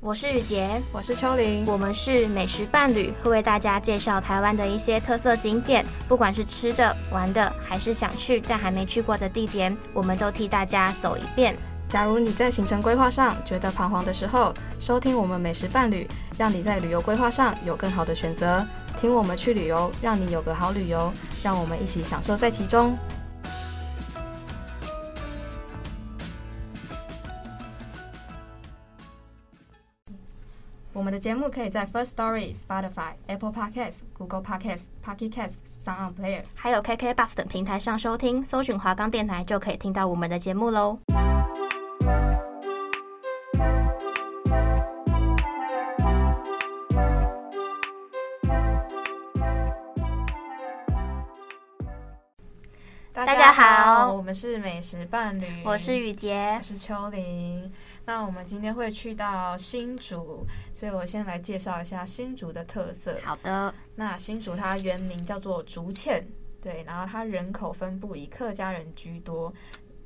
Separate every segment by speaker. Speaker 1: 我是雨杰，
Speaker 2: 我是秋玲。
Speaker 1: 我们是美食伴侣，会为大家介绍台湾的一些特色景点，不管是吃的、玩的，还是想去但还没去过的地点，我们都替大家走一遍。
Speaker 2: 假如你在行程规划上觉得彷徨的时候，收听我们美食伴侣，让你在旅游规划上有更好的选择。听我们去旅游，让你有个好旅游。让我们一起享受在其中。我们的节目可以在 First Story、Spotify、Apple Podcasts、Google Podcasts、Pocket Casts、Sound On Player。
Speaker 1: 还有 KK Bus 等平台上收听，搜寻华冈电台就可以听到我们的节目喽。
Speaker 2: 大
Speaker 1: 大家好
Speaker 2: 我们是美食伴侣，
Speaker 1: 我是雨杰
Speaker 2: 我，是秋玲。那我们今天会去到新竹，所以我先来介绍一下新竹的特色。
Speaker 1: 好的，
Speaker 2: 那新竹它原名叫做竹堑，对，然后它人口分布以客家人居多，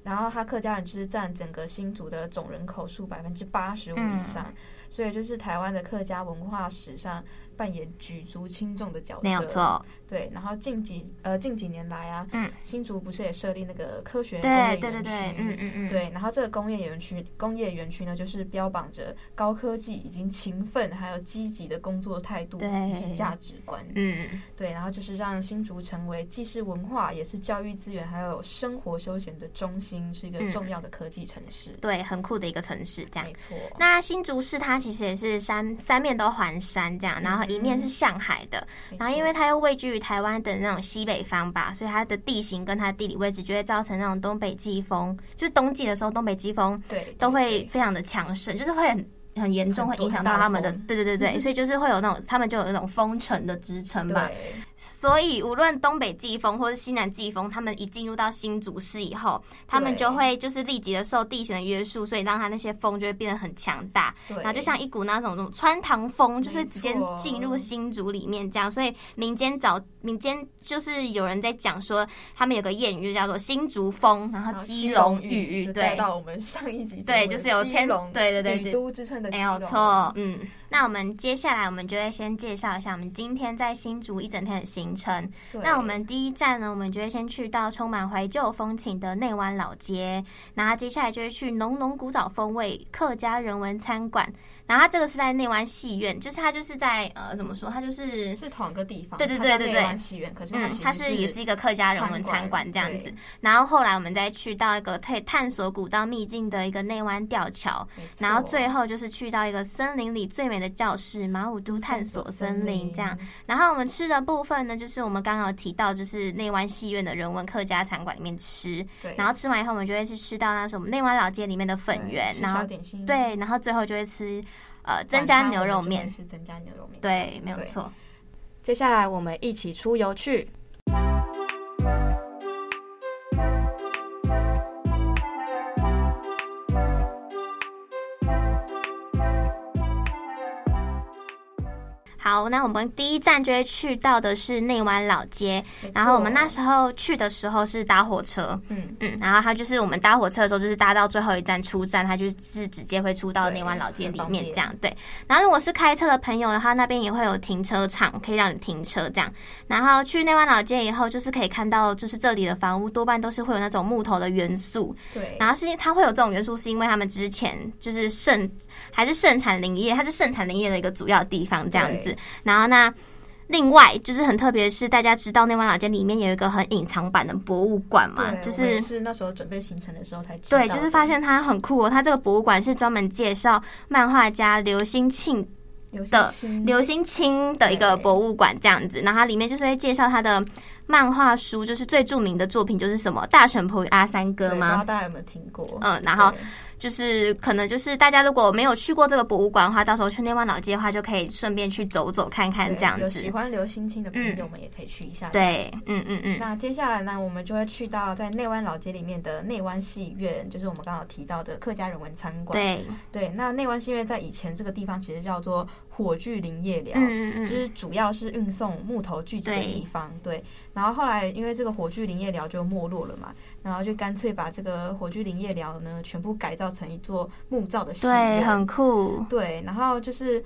Speaker 2: 然后它客家人就是占整个新竹的总人口数百分之八十五
Speaker 1: 嗯
Speaker 2: 以上，所以就是台湾的客家文化史上扮演举足轻重的角色。
Speaker 1: 没有，错，
Speaker 2: 对。然后近几呃近几年来啊，
Speaker 1: 嗯，
Speaker 2: 新竹不是也设立那个科学工业
Speaker 1: 对对对
Speaker 2: 园
Speaker 1: 对
Speaker 2: 区，
Speaker 1: 嗯嗯嗯，，
Speaker 2: 对，然后这个工业园区，工业园区呢，就是标榜着高科技以及勤奋，还有积极的工作态度
Speaker 1: 对
Speaker 2: 以及价值观。
Speaker 1: 嗯，
Speaker 2: 对，然后就是让新竹成为既是文化，也是教育资源，还有生活休闲的中心，是一个
Speaker 1: 嗯
Speaker 2: 重要的科技城市。
Speaker 1: 对，很酷的一个城市，这样
Speaker 2: 没。错，
Speaker 1: 那新竹市它其实也是山，三面都环山这样，然后一面是向海的，
Speaker 2: 没
Speaker 1: 然后
Speaker 2: 错
Speaker 1: 因为它又位居于台湾的那种西北方吧，所以它的地形跟它的地理位置就会造成那种东北季风，就是冬季的时候东北季风
Speaker 2: 对
Speaker 1: 都会
Speaker 2: 对
Speaker 1: 非常的强盛，就是会很。很严重，
Speaker 2: 很
Speaker 1: 会
Speaker 2: 多
Speaker 1: 影响
Speaker 2: 很
Speaker 1: 到
Speaker 2: 大的
Speaker 1: 他们的
Speaker 2: 风，
Speaker 1: 对对对 对，所以就是会有那种，他们就有那种风尘的支撑
Speaker 2: 对
Speaker 1: 嗯吧。所以无论东北季风或是西南季风，他们一进入到新竹市以后，他们
Speaker 2: 对
Speaker 1: 就会就是立即的受地形的约束，所以让它那些风就会变得很强大。
Speaker 2: 对，
Speaker 1: 然后就像一股那种那种穿堂风，
Speaker 2: 没
Speaker 1: 就是直接
Speaker 2: 错
Speaker 1: 进入新竹里面这样。所以民间早民间就是有人在讲说，他们有个谚语就叫做“新竹风”，然后
Speaker 2: 然后
Speaker 1: 基隆雨，
Speaker 2: 就带
Speaker 1: 对。
Speaker 2: 到我们 上一集
Speaker 1: 对
Speaker 2: 节目
Speaker 1: 就是
Speaker 2: 的
Speaker 1: 有
Speaker 2: 基
Speaker 1: 千
Speaker 2: 隆
Speaker 1: 对对对
Speaker 2: 旅
Speaker 1: 对
Speaker 2: 都之称的
Speaker 1: 没
Speaker 2: 基
Speaker 1: 有
Speaker 2: 隆
Speaker 1: 错，嗯，那我们接下来我们就会先介绍一下我们今天在新竹一整天的行程。
Speaker 2: 对
Speaker 1: 那我们第一站呢，我们就会先去到充满怀旧风情的内湾老街，然后接下来就会去浓浓古早风味客家人文餐馆，然后它这个是在内湾戏院，就是它就是在呃怎么说，它就是
Speaker 2: 是同一个地方，
Speaker 1: 对对
Speaker 2: 它
Speaker 1: 对
Speaker 2: 叫
Speaker 1: 对
Speaker 2: 内
Speaker 1: 对
Speaker 2: 湾戏院，可是它
Speaker 1: 嗯
Speaker 2: 其，实
Speaker 1: 它是也是一个客家人文餐馆这样子
Speaker 2: 对。
Speaker 1: 然后后来我们再去到一个探探索古道秘境的一个内湾吊桥，
Speaker 2: 没错
Speaker 1: 然后最后就是去到一个森林里最美的教室马武都探索森林这样。，然后我们吃的部分呢，就是我们刚刚有提到，就是内湾戏院的人文客家餐馆里面吃。
Speaker 2: 对，
Speaker 1: 然后吃完以后，我们就会去吃到那什么内湾老街里面的粉
Speaker 2: 对
Speaker 1: 圆，
Speaker 2: 吃
Speaker 1: 然
Speaker 2: 小
Speaker 1: 后
Speaker 2: 点心，
Speaker 1: 对，然后最后就会吃呃
Speaker 2: 晚
Speaker 1: 增加
Speaker 2: 餐
Speaker 1: 牛
Speaker 2: 我们
Speaker 1: 肉
Speaker 2: 就会
Speaker 1: 面。
Speaker 2: 吃增加牛肉面，
Speaker 1: 对，没有
Speaker 2: 对
Speaker 1: 错。
Speaker 2: 接下来我们一起出游去。
Speaker 1: 好，那我们第一站就会去到的是内湾老街，然后我们那时
Speaker 2: 候，
Speaker 1: 候去的时候是搭火车，
Speaker 2: 嗯，
Speaker 1: 嗯，然后它就是我们搭火车的时候，就是搭到最后一站出站，它就是直接会出到内湾老街里面
Speaker 2: 对很方便
Speaker 1: 这样。对，然后如果是开车的朋友的话，那边也会有停车场，可以让你停车这样。然后去内湾老街以后，就是可以看到，就是这里的房屋多半都是会有那种木头的元素，
Speaker 2: 对，
Speaker 1: 然后是因为它会有这种元素，是因为他们之前就是盛还是盛产林业，它是盛产林业的一个主要地方这样子
Speaker 2: 对。
Speaker 1: 然后那另外就是很特别的是，大家知道内湾老街里面有一个很隐藏版的博物馆嘛，
Speaker 2: 对
Speaker 1: 就
Speaker 2: 我们
Speaker 1: 是
Speaker 2: 也是那时候准备行程的时候才知道
Speaker 1: 对，
Speaker 2: 的，
Speaker 1: 就是发现它很酷哦。它这个博物馆是专门介绍漫画家刘兴庆
Speaker 2: 流星
Speaker 1: 的
Speaker 2: 青
Speaker 1: 刘兴清的一个博物馆这样子，然后它里面就是会介绍他的漫画书，就是最著名的作品就是什么《大神婆与阿三哥》
Speaker 2: 对不知道
Speaker 1: 吗？
Speaker 2: 大家有没有听过？
Speaker 1: 嗯，然后
Speaker 2: 对
Speaker 1: 就是可能就是大家如果没有去过这个博物馆的话，到时候去内湾老街的话，就可以顺便去走走看看
Speaker 2: 对
Speaker 1: 这样
Speaker 2: 有喜
Speaker 1: 子。
Speaker 2: 欢刘星清的朋友们也可以去一下。。
Speaker 1: 对，嗯嗯嗯，
Speaker 2: 那接下来呢，我们就会去到在内湾老街里面的内湾戏院，就是我们刚好提到的客家人文餐馆。
Speaker 1: 对，
Speaker 2: 对，那内湾戏院在以前这个地方其实叫做火炬林业寮。
Speaker 1: 嗯嗯
Speaker 2: 就
Speaker 1: 嗯，
Speaker 2: 是主要是运送木头聚集的
Speaker 1: 对
Speaker 2: 地方，对。然后后来因为这个火炬林业寮就没落了嘛，然后就干脆把这个火炬林业寮呢全部改造成一座木造的戏
Speaker 1: 对，
Speaker 2: 院，
Speaker 1: 很酷。
Speaker 2: 对。然后就是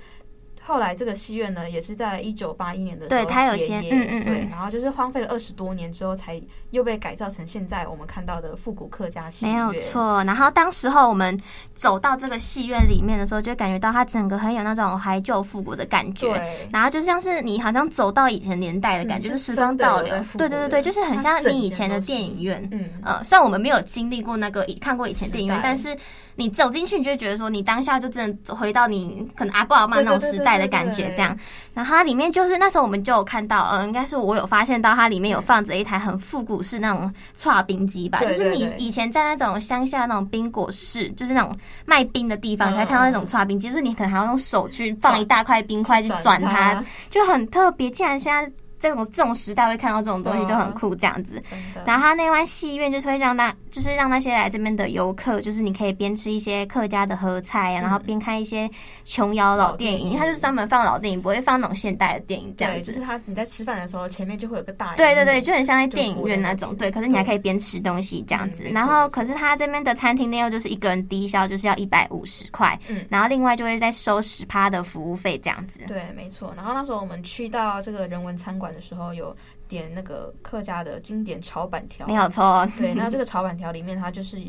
Speaker 2: 后来这个戏院呢，也是在一九八一年的时
Speaker 1: 对
Speaker 2: 候
Speaker 1: 它有
Speaker 2: 歇
Speaker 1: 些
Speaker 2: 业
Speaker 1: 嗯嗯
Speaker 2: 对
Speaker 1: 嗯。
Speaker 2: 然后就是荒废了二十多年之后，才又被改造成现在我们看到的复古客家戏
Speaker 1: 没
Speaker 2: 院，
Speaker 1: 有。错，然后当时候我们走到这个戏院里面的时候，就感觉到它整个很有那种怀旧复古的感觉。
Speaker 2: 对，
Speaker 1: 然后就像是你好像走到以前年代的感觉，
Speaker 2: 嗯
Speaker 1: 就是时光
Speaker 2: 真的有
Speaker 1: 倒流
Speaker 2: 在。复
Speaker 1: 对
Speaker 2: 古
Speaker 1: 对对
Speaker 2: 的
Speaker 1: 对，就是很
Speaker 2: 它
Speaker 1: 像
Speaker 2: 整
Speaker 1: 你以
Speaker 2: 间
Speaker 1: 前的
Speaker 2: 都是
Speaker 1: 电影院。
Speaker 2: 嗯，
Speaker 1: 呃，虽然我们没有经历过那个看过以前电影院，
Speaker 2: 时代
Speaker 1: 但是你走进去，你就会觉得说，你当下就真的回到你可能阿布阿妈
Speaker 2: 对对
Speaker 1: 那种
Speaker 2: 对
Speaker 1: 时
Speaker 2: 对
Speaker 1: 代的
Speaker 2: 对
Speaker 1: 感
Speaker 2: 对
Speaker 1: 觉
Speaker 2: 对
Speaker 1: 这样。然后它里面就是那时候我们就有看到，呃，应该是我有发现到它里面有放着一台很复古式那种刨冰机吧，
Speaker 2: 对
Speaker 1: 就是
Speaker 2: 对
Speaker 1: 你
Speaker 2: 对
Speaker 1: 以前在那种乡下那种冰果室，就是那种卖冰的地方，你才
Speaker 2: 嗯
Speaker 1: 看到那
Speaker 2: 嗯
Speaker 1: 种
Speaker 2: 嗯
Speaker 1: 刨冰机，就是你可能还要用手去放一
Speaker 2: 转
Speaker 1: 大块冰块去转它
Speaker 2: 它，，
Speaker 1: 就很特别。竟然现在这种这种时代会看到这种东西，
Speaker 2: 对
Speaker 1: 就
Speaker 2: 啊
Speaker 1: 很酷这样子。
Speaker 2: 真的。
Speaker 1: 然后它那湾戏院就是会让那，就是让那些来这边的游客，就是你可以边吃一些客家的喝菜啊，然后边看一些琼瑶老电
Speaker 2: 老
Speaker 1: 影，
Speaker 2: 电影
Speaker 1: 它就是专门放老电影，不会放那种现代的电影这样
Speaker 2: 对，就
Speaker 1: 子
Speaker 2: 是。他你在吃饭的时候，前面就会有个大
Speaker 1: 对对
Speaker 2: 荧幕
Speaker 1: 对，就很像在
Speaker 2: 就
Speaker 1: 电影
Speaker 2: 播在
Speaker 1: 院那
Speaker 2: 那
Speaker 1: 种，
Speaker 2: 边
Speaker 1: 对。可是你还
Speaker 2: 对
Speaker 1: 可以边吃东西这样子。
Speaker 2: 嗯没错
Speaker 1: 然后，
Speaker 2: 没错
Speaker 1: 可是它这边的餐厅内又就是一个人低消就是要一百五十块，
Speaker 2: 嗯哦
Speaker 1: 然后另外就会再收十趴的服务费这样子。
Speaker 2: 对，没错。然后那时候我们去到这个人文餐馆的时候，有点那个客家的经典炒板条，
Speaker 1: 没有错，
Speaker 2: 对。那这个炒板条里面，它就是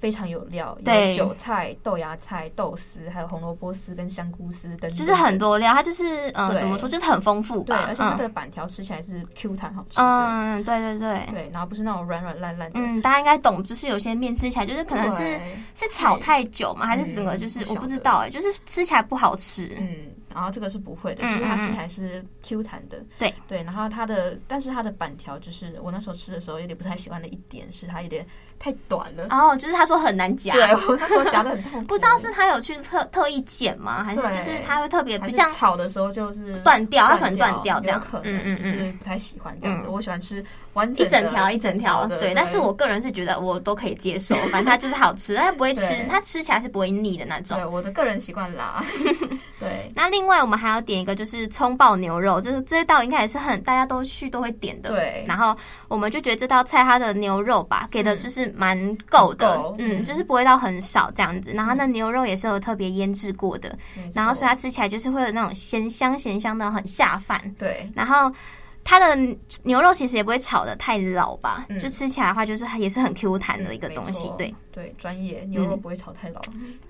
Speaker 2: 非常有料，
Speaker 1: 对
Speaker 2: 有韭菜、豆芽菜、豆丝，还有红萝卜丝跟香菇丝等等，
Speaker 1: 就是很。多料，它就是呃，
Speaker 2: 对
Speaker 1: 怎么说，就是很丰富
Speaker 2: 对，
Speaker 1: 吧
Speaker 2: 而。且它
Speaker 1: 嗯
Speaker 2: 的板条吃起来是 Q 弹好吃的，
Speaker 1: 嗯，对对对。
Speaker 2: 对，然后不是那种软软烂烂的，
Speaker 1: 嗯，大家应该懂，就是有些面吃起来就是可能是
Speaker 2: 对
Speaker 1: 是炒太久嘛，还是整个
Speaker 2: 嗯
Speaker 1: 就是
Speaker 2: 不
Speaker 1: 我
Speaker 2: 晓
Speaker 1: 不知
Speaker 2: 得
Speaker 1: 道哎、就是吃起来不好吃。
Speaker 2: 嗯，然后这个是不会的，
Speaker 1: 嗯
Speaker 2: 就是它
Speaker 1: 嗯
Speaker 2: 吃
Speaker 1: 嗯
Speaker 2: 起来是 Q 弹的。
Speaker 1: 对
Speaker 2: 对，然后它的，但是它的板条就是我那时候吃的时候有点不太喜欢的一点是它有点太短 了，
Speaker 1: 然后哦就是他说很难夹，
Speaker 2: 对我那时候夹的很痛苦，
Speaker 1: 啊不知道是他有去特特意剪吗，还是
Speaker 2: 对
Speaker 1: 就是他会特别不
Speaker 2: 还是
Speaker 1: 像
Speaker 2: 炒的时候就是
Speaker 1: 断掉它可能断掉
Speaker 2: 掉
Speaker 1: 这样
Speaker 2: 有可
Speaker 1: 嗯
Speaker 2: 能
Speaker 1: 嗯
Speaker 2: 就是不太喜欢这样子。
Speaker 1: 嗯
Speaker 2: 我喜欢吃完
Speaker 1: 一
Speaker 2: 整
Speaker 1: 整
Speaker 2: 的
Speaker 1: 条一整条，
Speaker 2: 的
Speaker 1: 对。但是我个人是觉得我都可以接受，反正它就是好吃，但它不会吃
Speaker 2: 对，
Speaker 1: 它吃起来是不会腻的那种
Speaker 2: 对。我的个人习惯 啦，对。
Speaker 1: 那另外我们还要点一个就是葱爆牛肉，就是这道应该也是很大家都去都会点的。
Speaker 2: 对
Speaker 1: 然后我们就觉得这道菜它的牛肉吧，给的就是蛮够的，
Speaker 2: 够
Speaker 1: 嗯，
Speaker 2: 嗯
Speaker 1: 就是不会到很少这样子。然后那牛肉也是有特别腌制过的，
Speaker 2: 没
Speaker 1: 然后
Speaker 2: 错
Speaker 1: 所以它吃起来就是会有那种咸香咸香的，很下饭。
Speaker 2: 对
Speaker 1: 然后。它的牛肉其实也不会炒的太老吧，
Speaker 2: 嗯
Speaker 1: 就吃起来的话，就是也是很 Q 弹的一个
Speaker 2: 嗯没
Speaker 1: 东西。
Speaker 2: 错
Speaker 1: 对
Speaker 2: 对，专业牛肉
Speaker 1: 嗯
Speaker 2: 不会炒太老。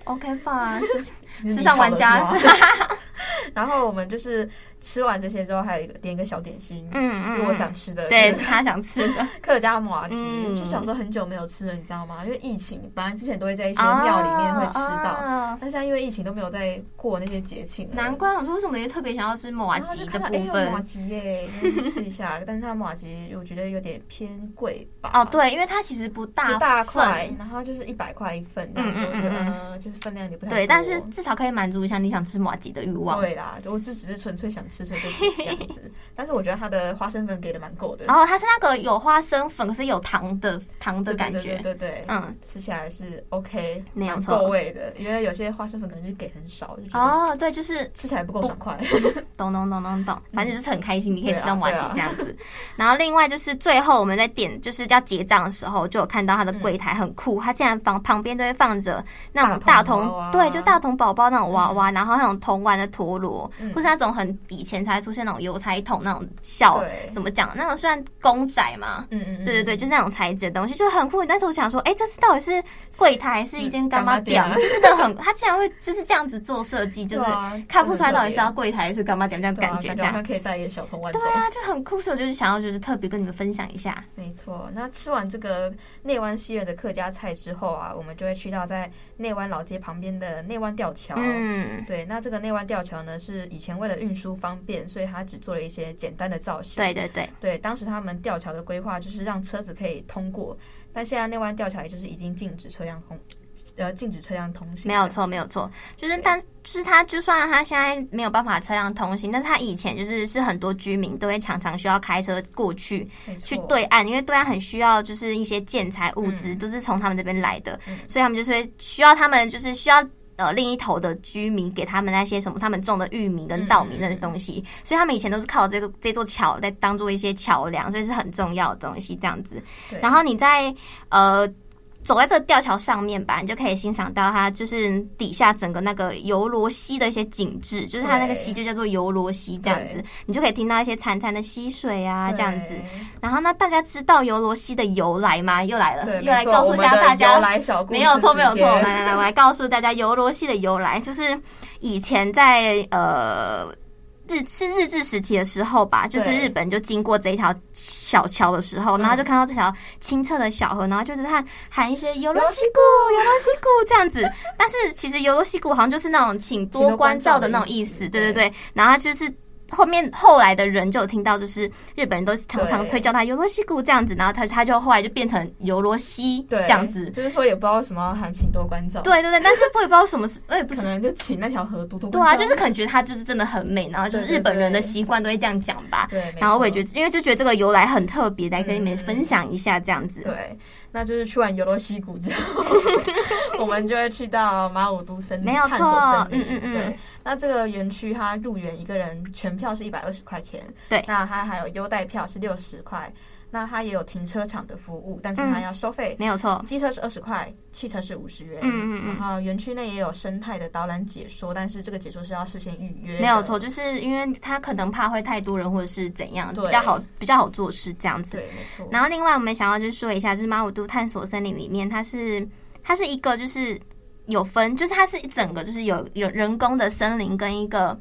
Speaker 1: ，OK 吧，是
Speaker 2: 你是
Speaker 1: 时尚玩家
Speaker 2: 你炒的是吗。 然后我们就是吃完这些之后，还有一个点一个小点心，
Speaker 1: 嗯嗯
Speaker 2: 是我想吃的，
Speaker 1: 对，
Speaker 2: 就是
Speaker 1: 他想吃的。
Speaker 2: 客家麻鸡，
Speaker 1: 嗯
Speaker 2: 就想说很久没有吃了，你知道吗？因为疫情，本来之前都会在一些庙里面会吃到，
Speaker 1: 啊
Speaker 2: 但现在因为疫情都没有在过那些节庆了，
Speaker 1: 难怪我说为什么也特别想要吃麻
Speaker 2: 然后
Speaker 1: 吉
Speaker 2: 就
Speaker 1: 的
Speaker 2: 看到
Speaker 1: 部
Speaker 2: 哎有麻
Speaker 1: 分。
Speaker 2: 吉哎耶，可以 试一下。但是它麻吉我觉得有点偏贵吧，
Speaker 1: 哦，，对，因为它其实不大
Speaker 2: 就大
Speaker 1: 份
Speaker 2: 块，然后就是一百块一份这样子，
Speaker 1: 嗯嗯
Speaker 2: 我觉得
Speaker 1: 嗯嗯
Speaker 2: 呃就是分量有点不太
Speaker 1: 对，
Speaker 2: 多
Speaker 1: 但是至少可以满足一下你想吃麻吉的欲望。
Speaker 2: 对啦，我就只是纯粹想吃，所以就点这样 子。但是我觉得它的花生粉给的蛮够的，
Speaker 1: 然后它是那个有花生粉，可是有糖的糖哦的
Speaker 2: 对
Speaker 1: 感
Speaker 2: 对
Speaker 1: 觉。
Speaker 2: 对对对，
Speaker 1: 嗯，
Speaker 2: 吃起来是 OK，
Speaker 1: 没有
Speaker 2: 蛮
Speaker 1: 错
Speaker 2: 够味的。因为有些花生粉可能就给很少，就觉得
Speaker 1: 哦，对，就是
Speaker 2: 吃起来不够爽快。
Speaker 1: 懂懂懂懂懂，反正就是很开心，你可以吃到麻吉
Speaker 2: 嗯对啊
Speaker 1: 这样子。然后另外就是最后我们在点就是要结账的时候，就有看到它
Speaker 2: 嗯
Speaker 1: 的柜台很酷，它竟然旁旁边都会放着那种大
Speaker 2: 大
Speaker 1: 童
Speaker 2: 童娃娃
Speaker 1: 对，就大童宝宝那种娃娃，然后还有童玩的陀螺，
Speaker 2: 嗯
Speaker 1: 或是那种很以前才出现那种邮差桶那种小
Speaker 2: 对，
Speaker 1: 怎么讲？那种算公仔嘛。
Speaker 2: 嗯嗯，嗯
Speaker 1: 对对对，就是那种材质的东西，就很酷。但是我想说，哎、这是到底是柜台还是一间干妈店啊
Speaker 2: 干？妈
Speaker 1: 就
Speaker 2: 店啊
Speaker 1: 真的很，他竟然会就是这样子做设计，就是
Speaker 2: 对啊
Speaker 1: 看不出来到底是要柜台还是干妈店这样
Speaker 2: 对啊
Speaker 1: 感觉，
Speaker 2: 感
Speaker 1: 这
Speaker 2: 觉
Speaker 1: 样
Speaker 2: 好像可以带一个小童玩走
Speaker 1: 对。啊，就很酷，所以我就是想要就是特别跟你们分享一下。
Speaker 2: 没错，那吃完这个内湾戏院的客家菜之后啊，我们就会去到在内湾老街旁边的内湾吊桥。
Speaker 1: 嗯，
Speaker 2: 对，那这个内湾吊桥呢是以前为了运输方便，所以它只做了一些简单的造型。
Speaker 1: 对对对，
Speaker 2: 对，当时他们吊桥的规划就是让车子可以通过，但现在内湾吊桥也就是已经禁止车辆通，呃，禁止车辆通行。
Speaker 1: 没有错，没有错，就是但就是它，就算它现在没有办法车辆通行，但是它以前就是是很多居民都会常常需要开车过去
Speaker 2: 没
Speaker 1: 去
Speaker 2: 错，
Speaker 1: 对岸，因为对岸很需要就是一些建材物资
Speaker 2: 嗯
Speaker 1: 都是从他们这边来的，
Speaker 2: 嗯
Speaker 1: 所以他们就是会需要他们就是需要。呃，另一头的居民给他们那些什么，他们种的玉米跟稻米那些
Speaker 2: 嗯
Speaker 1: 东西，所以他们以前都是靠这个这座桥来当做一些桥梁，所以是很重要的东西这样子。
Speaker 2: 对
Speaker 1: 然后你在呃走在这个吊桥上面吧，你就可以欣赏到它就是底下整个那个游罗溪的一些景致，就是它那个
Speaker 2: 对
Speaker 1: 溪就叫做游罗溪这样子
Speaker 2: 对，
Speaker 1: 你就可以听到一些潺潺的溪水啊这样子
Speaker 2: 对。
Speaker 1: 然后呢，大家知道游罗溪的由来吗？又来了，
Speaker 2: 对，
Speaker 1: 呃又来
Speaker 2: 没错
Speaker 1: 告诉
Speaker 2: 我
Speaker 1: 一
Speaker 2: 们
Speaker 1: 下
Speaker 2: 的
Speaker 1: 大家
Speaker 2: 由来小故事
Speaker 1: 没有错，没有
Speaker 2: 时
Speaker 1: 错。
Speaker 2: 间
Speaker 1: 来来来，我来告诉大家游罗戏的由来， 就是以前在呃日是日治时期的时候吧，就是
Speaker 2: 对
Speaker 1: 日本就经过这一条小桥的时候，然后就看到这条清澈的小河，然后就是喊喊一些游罗西谷、游罗西谷这样子。但是其实游罗西谷好像就是那种请
Speaker 2: 请
Speaker 1: 多
Speaker 2: 多
Speaker 1: 关
Speaker 2: 关
Speaker 1: 照
Speaker 2: 照
Speaker 1: 的
Speaker 2: 的
Speaker 1: 那种
Speaker 2: 意
Speaker 1: 意
Speaker 2: 思
Speaker 1: 思，对对
Speaker 2: 对
Speaker 1: 对。然后它就是。后面后来的人就有听到，就是日本人都常常
Speaker 2: 对
Speaker 1: 推叫他游罗西谷这样子，然后他他就后来就变成游罗西
Speaker 2: 对
Speaker 1: 这样子，
Speaker 2: 就是说也不知道为什么要喊请多关照，，
Speaker 1: 对对对，但是我也不知道什么事，我也不
Speaker 2: 可
Speaker 1: 知
Speaker 2: 能就请那条河多多
Speaker 1: 对
Speaker 2: 关
Speaker 1: 啊，
Speaker 2: 照。
Speaker 1: 就是可能觉得它就是真的很美，然后就是
Speaker 2: 对对
Speaker 1: 日本人的
Speaker 2: 对
Speaker 1: 习惯都会这样讲吧。
Speaker 2: 对，没
Speaker 1: 然后我也觉
Speaker 2: 错
Speaker 1: 得，因为就觉得这个由来很特别，来跟你们
Speaker 2: 嗯
Speaker 1: 分享一下这样子。
Speaker 2: 对，那就是去完游罗溪谷之 后，我们就会去到马武都森林
Speaker 1: 没有
Speaker 2: 探索
Speaker 1: 错
Speaker 2: 森林。
Speaker 1: 嗯嗯嗯
Speaker 2: 对，那这个园区它入园一个人全票是一百二十块钱，
Speaker 1: 对
Speaker 2: 那它还有优待票是六十块，那它也有停车场的服务，但是它
Speaker 1: 嗯
Speaker 2: 要收费。
Speaker 1: 没有错，
Speaker 2: 机车是二十块，汽车是五十元。
Speaker 1: 嗯嗯嗯
Speaker 2: 然后园区内也有生态的导览解说，但是这个解说是要事先预约的。
Speaker 1: 没有错，就是因为他可能怕会太多人或者是怎样，比
Speaker 2: 对
Speaker 1: 较好比较好做事这样子
Speaker 2: 对。，没错。
Speaker 1: 然后另外我们想要就是说一下，就是马武都探索森林里面，它是它是一个就是有分，就是它是一整个就是有有人工的森林跟一个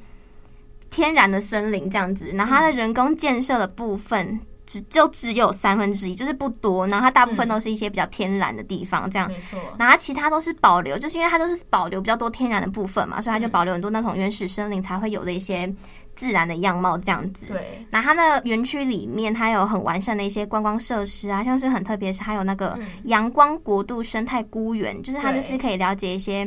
Speaker 1: 天然的森林这样子，然后它的人工建设的部分。只就只有三分之一，就是不多。然后它大部分
Speaker 2: 嗯
Speaker 1: 都是一些比较天然的地方，这样。
Speaker 2: 没错。
Speaker 1: 然后其他都是保留，就是因为它都是保留比较多天然的部分嘛，所以它就保留很多那种原始森林才会有的一些自然的样貌这样子。
Speaker 2: 对，
Speaker 1: 那它的园区里面，它有很完善的一些观光设施啊，像是很特别是还有那个
Speaker 2: 嗯
Speaker 1: 阳光国度生态孤园，就是它
Speaker 2: 对
Speaker 1: 就是可以了解一些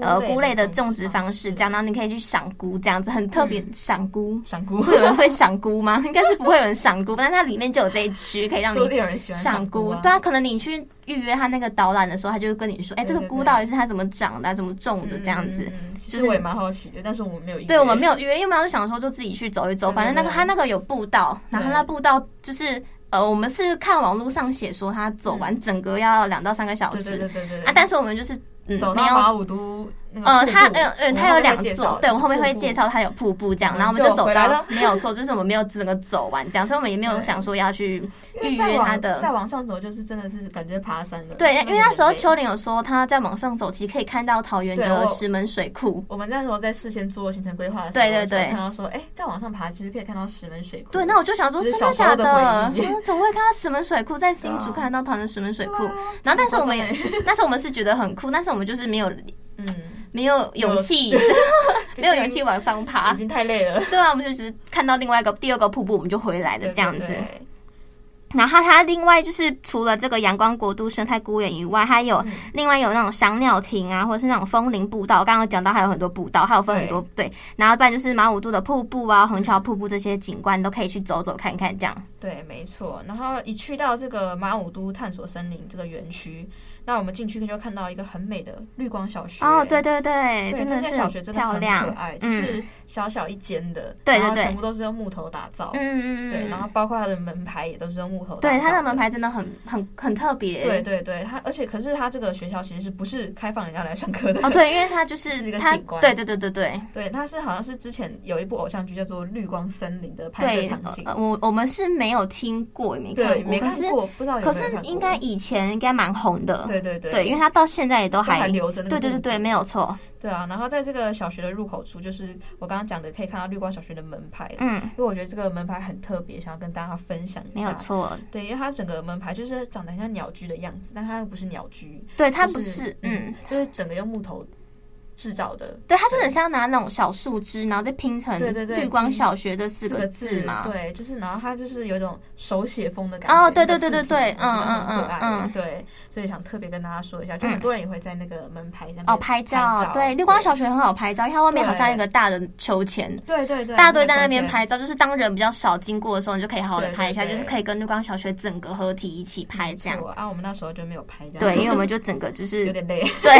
Speaker 1: 呃菇类的种植方式，这样，然后你可以去赏菇，这样子很特别。
Speaker 2: 嗯
Speaker 1: 赏菇
Speaker 2: 赏 菇，
Speaker 1: 会有人会赏菇吗？ 应该是不会有人赏菇，但是它里面就有这一区可以让
Speaker 2: 说不
Speaker 1: 你
Speaker 2: 定有人喜欢
Speaker 1: 赏
Speaker 2: 菇
Speaker 1: 菇。
Speaker 2: 啊
Speaker 1: 对啊，可能你去预约他那个导览的时候，他就会跟你说，哎，这
Speaker 2: 对
Speaker 1: 个
Speaker 2: 对
Speaker 1: 菇
Speaker 2: 对
Speaker 1: 到底是它怎么长的啊、怎么种的这样子。
Speaker 2: 嗯嗯嗯嗯其
Speaker 1: 就
Speaker 2: 实
Speaker 1: 是
Speaker 2: 我也蛮好奇的，但是我们没有预约。
Speaker 1: 对，我们没有约，因为我们就想说就自己去走一走，
Speaker 2: 对对
Speaker 1: 反正那个
Speaker 2: 对
Speaker 1: 他那个有步道，然后
Speaker 2: 对
Speaker 1: 那步道就是呃，我们是看网络上写说他走完整个要两到三个小
Speaker 2: 对对
Speaker 1: 时
Speaker 2: 对对对对
Speaker 1: 啊，但是我们就是嗯
Speaker 2: 走
Speaker 1: 没
Speaker 2: 到
Speaker 1: 有。
Speaker 2: 马武都那个
Speaker 1: 呃，
Speaker 2: 瀑
Speaker 1: 它
Speaker 2: 布
Speaker 1: 呃呃，
Speaker 2: 我们
Speaker 1: 它有
Speaker 2: 后面
Speaker 1: 两
Speaker 2: 会介
Speaker 1: 座
Speaker 2: 绍，
Speaker 1: 对
Speaker 2: 就
Speaker 1: 我
Speaker 2: 是
Speaker 1: 后面会
Speaker 2: 瀑布
Speaker 1: 介绍它有瀑布这样，然后我们
Speaker 2: 就
Speaker 1: 就走
Speaker 2: 回来
Speaker 1: 到
Speaker 2: 了
Speaker 1: 没有错，就是我们没有整个走完这样，所以我们也没有
Speaker 2: 对
Speaker 1: 想说要 去
Speaker 2: 因为
Speaker 1: 预
Speaker 2: 再
Speaker 1: 约
Speaker 2: 往
Speaker 1: 它的
Speaker 2: 再往上走就是真的是感觉爬山了。
Speaker 1: 对，
Speaker 2: 真的
Speaker 1: 因为那
Speaker 2: 很
Speaker 1: 时候
Speaker 2: 累
Speaker 1: 秋。玲有说她在往上走，其实可以看到桃园
Speaker 2: 对
Speaker 1: 的
Speaker 2: 我
Speaker 1: 石门水库。
Speaker 2: 我们那时候在事先做行程规划的时候，
Speaker 1: 对对
Speaker 2: 就有
Speaker 1: 对
Speaker 2: 看到说，哎，再往上爬其实可以看到石门水库。
Speaker 1: 对，那我就想说，
Speaker 2: 就是
Speaker 1: 真
Speaker 2: 小
Speaker 1: 的
Speaker 2: 时候
Speaker 1: 假的？
Speaker 2: 的回 忆
Speaker 1: 嗯怎么会看到石门水库？在新
Speaker 2: 对
Speaker 1: 竹
Speaker 2: 啊
Speaker 1: 看得到桃园石门水库
Speaker 2: 对啊，
Speaker 1: 然后但是我们
Speaker 2: 很
Speaker 1: 也， 但是我们是觉得很酷，但是我们就是没有
Speaker 2: 嗯，
Speaker 1: 没有勇
Speaker 2: 有
Speaker 1: 气，
Speaker 2: 毕
Speaker 1: 没有
Speaker 2: 竟
Speaker 1: 勇气往上
Speaker 2: 已
Speaker 1: 爬。
Speaker 2: 经太累了。
Speaker 1: 对啊，我们就只是看到另外一个第二个瀑布，我们就回来了
Speaker 2: 对
Speaker 1: 这样子。
Speaker 2: 对对
Speaker 1: 然后它另外就是除了这个阳光国度生态公园以外，它有、
Speaker 2: 嗯
Speaker 1: 另外有那种赏鸟亭啊，或者是那种风铃步道。刚刚有讲到还有很多步道，还有分很多对然后不然就是马武渡的瀑布啊、虹桥瀑布这些景观你都可以去走走看看这样。
Speaker 2: 对，没错。然后一去到这个马武都探索森林这个园区，那我们进去就看到一个很美的绿光小学。
Speaker 1: 哦，对对对，
Speaker 2: 对，
Speaker 1: 真
Speaker 2: 这
Speaker 1: 的
Speaker 2: 间
Speaker 1: 是
Speaker 2: 小
Speaker 1: 很
Speaker 2: 学真的
Speaker 1: 漂
Speaker 2: 很
Speaker 1: 亮
Speaker 2: 可爱，，就
Speaker 1: 嗯
Speaker 2: 是小小一间的，
Speaker 1: 对对
Speaker 2: 然后
Speaker 1: 对
Speaker 2: 全部都是用木头打造
Speaker 1: 嗯，嗯
Speaker 2: 对，
Speaker 1: 嗯
Speaker 2: 然后
Speaker 1: 嗯，
Speaker 2: 包括它的门牌也都是用木头打造。
Speaker 1: 对，它的门。牌真的很很很特别。
Speaker 2: 对对对，它而且可是它这个学校其实是不是开放人家来上课的？
Speaker 1: 哦，对，因为它就是
Speaker 2: 一
Speaker 1: 是
Speaker 2: 个
Speaker 1: 它
Speaker 2: 景，观
Speaker 1: 对对对对对
Speaker 2: 对，它是好像是之前有一部偶像剧叫做《绿光森林》的拍摄
Speaker 1: 对
Speaker 2: 场，景，
Speaker 1: 呃我我们是没有听过，也没看
Speaker 2: 对，
Speaker 1: 过，
Speaker 2: 没
Speaker 1: 可
Speaker 2: 看
Speaker 1: 是
Speaker 2: 过，不知道有没
Speaker 1: 可
Speaker 2: 有
Speaker 1: 是
Speaker 2: 看过
Speaker 1: 应该以前应该蛮红的，
Speaker 2: 对对对
Speaker 1: 对，因为它到现在也都
Speaker 2: 都还
Speaker 1: 还
Speaker 2: 留着那
Speaker 1: 对
Speaker 2: 个
Speaker 1: 对对
Speaker 2: 布
Speaker 1: 对，
Speaker 2: 景
Speaker 1: 没有错，
Speaker 2: 对啊，然后在这个小学的入口处，就是我刚刚讲的，可以看到绿光小学的门牌。
Speaker 1: 嗯，
Speaker 2: 因为我觉得这个门牌很特别，想要跟大家分享一
Speaker 1: 没
Speaker 2: 下。
Speaker 1: 有错，
Speaker 2: 对，因为它整个门牌就是长得很像鸟居的样子，但它又不是鸟居，
Speaker 1: 对，它
Speaker 2: 就
Speaker 1: 不是，嗯，，
Speaker 2: 就是整个用木头制造的，
Speaker 1: 对，它就很像拿那种小树枝，然后再拼成
Speaker 2: 对对对
Speaker 1: 绿光小学这四
Speaker 2: 四
Speaker 1: 个
Speaker 2: 字
Speaker 1: 字嘛。
Speaker 2: 对，就是然后它就是有一种手写风的感觉。
Speaker 1: 哦对对对
Speaker 2: 那个字体
Speaker 1: 对对
Speaker 2: 我觉得
Speaker 1: 嗯
Speaker 2: 很可
Speaker 1: 嗯
Speaker 2: 爱
Speaker 1: 嗯嗯嗯
Speaker 2: 对，所以想特别跟大家说一下，就很多人也会在那个门牌上面
Speaker 1: 哦，拍照，对，绿光小学很好拍照，因为它外面好像有一个大的秋千，
Speaker 2: 对对对，
Speaker 1: 大家都会在那
Speaker 2: 个
Speaker 1: 边
Speaker 2: 小学
Speaker 1: 拍照，就是当人比较少经过的时候，你就可以好好的
Speaker 2: 对
Speaker 1: 拍一下，
Speaker 2: 对对
Speaker 1: 就是可以跟绿光小学整个合体一起拍这样
Speaker 2: 没。错啊，我们那时候就没有拍这样，
Speaker 1: 对，因为我们就整个就
Speaker 2: 有
Speaker 1: 是
Speaker 2: 点累，
Speaker 1: 对，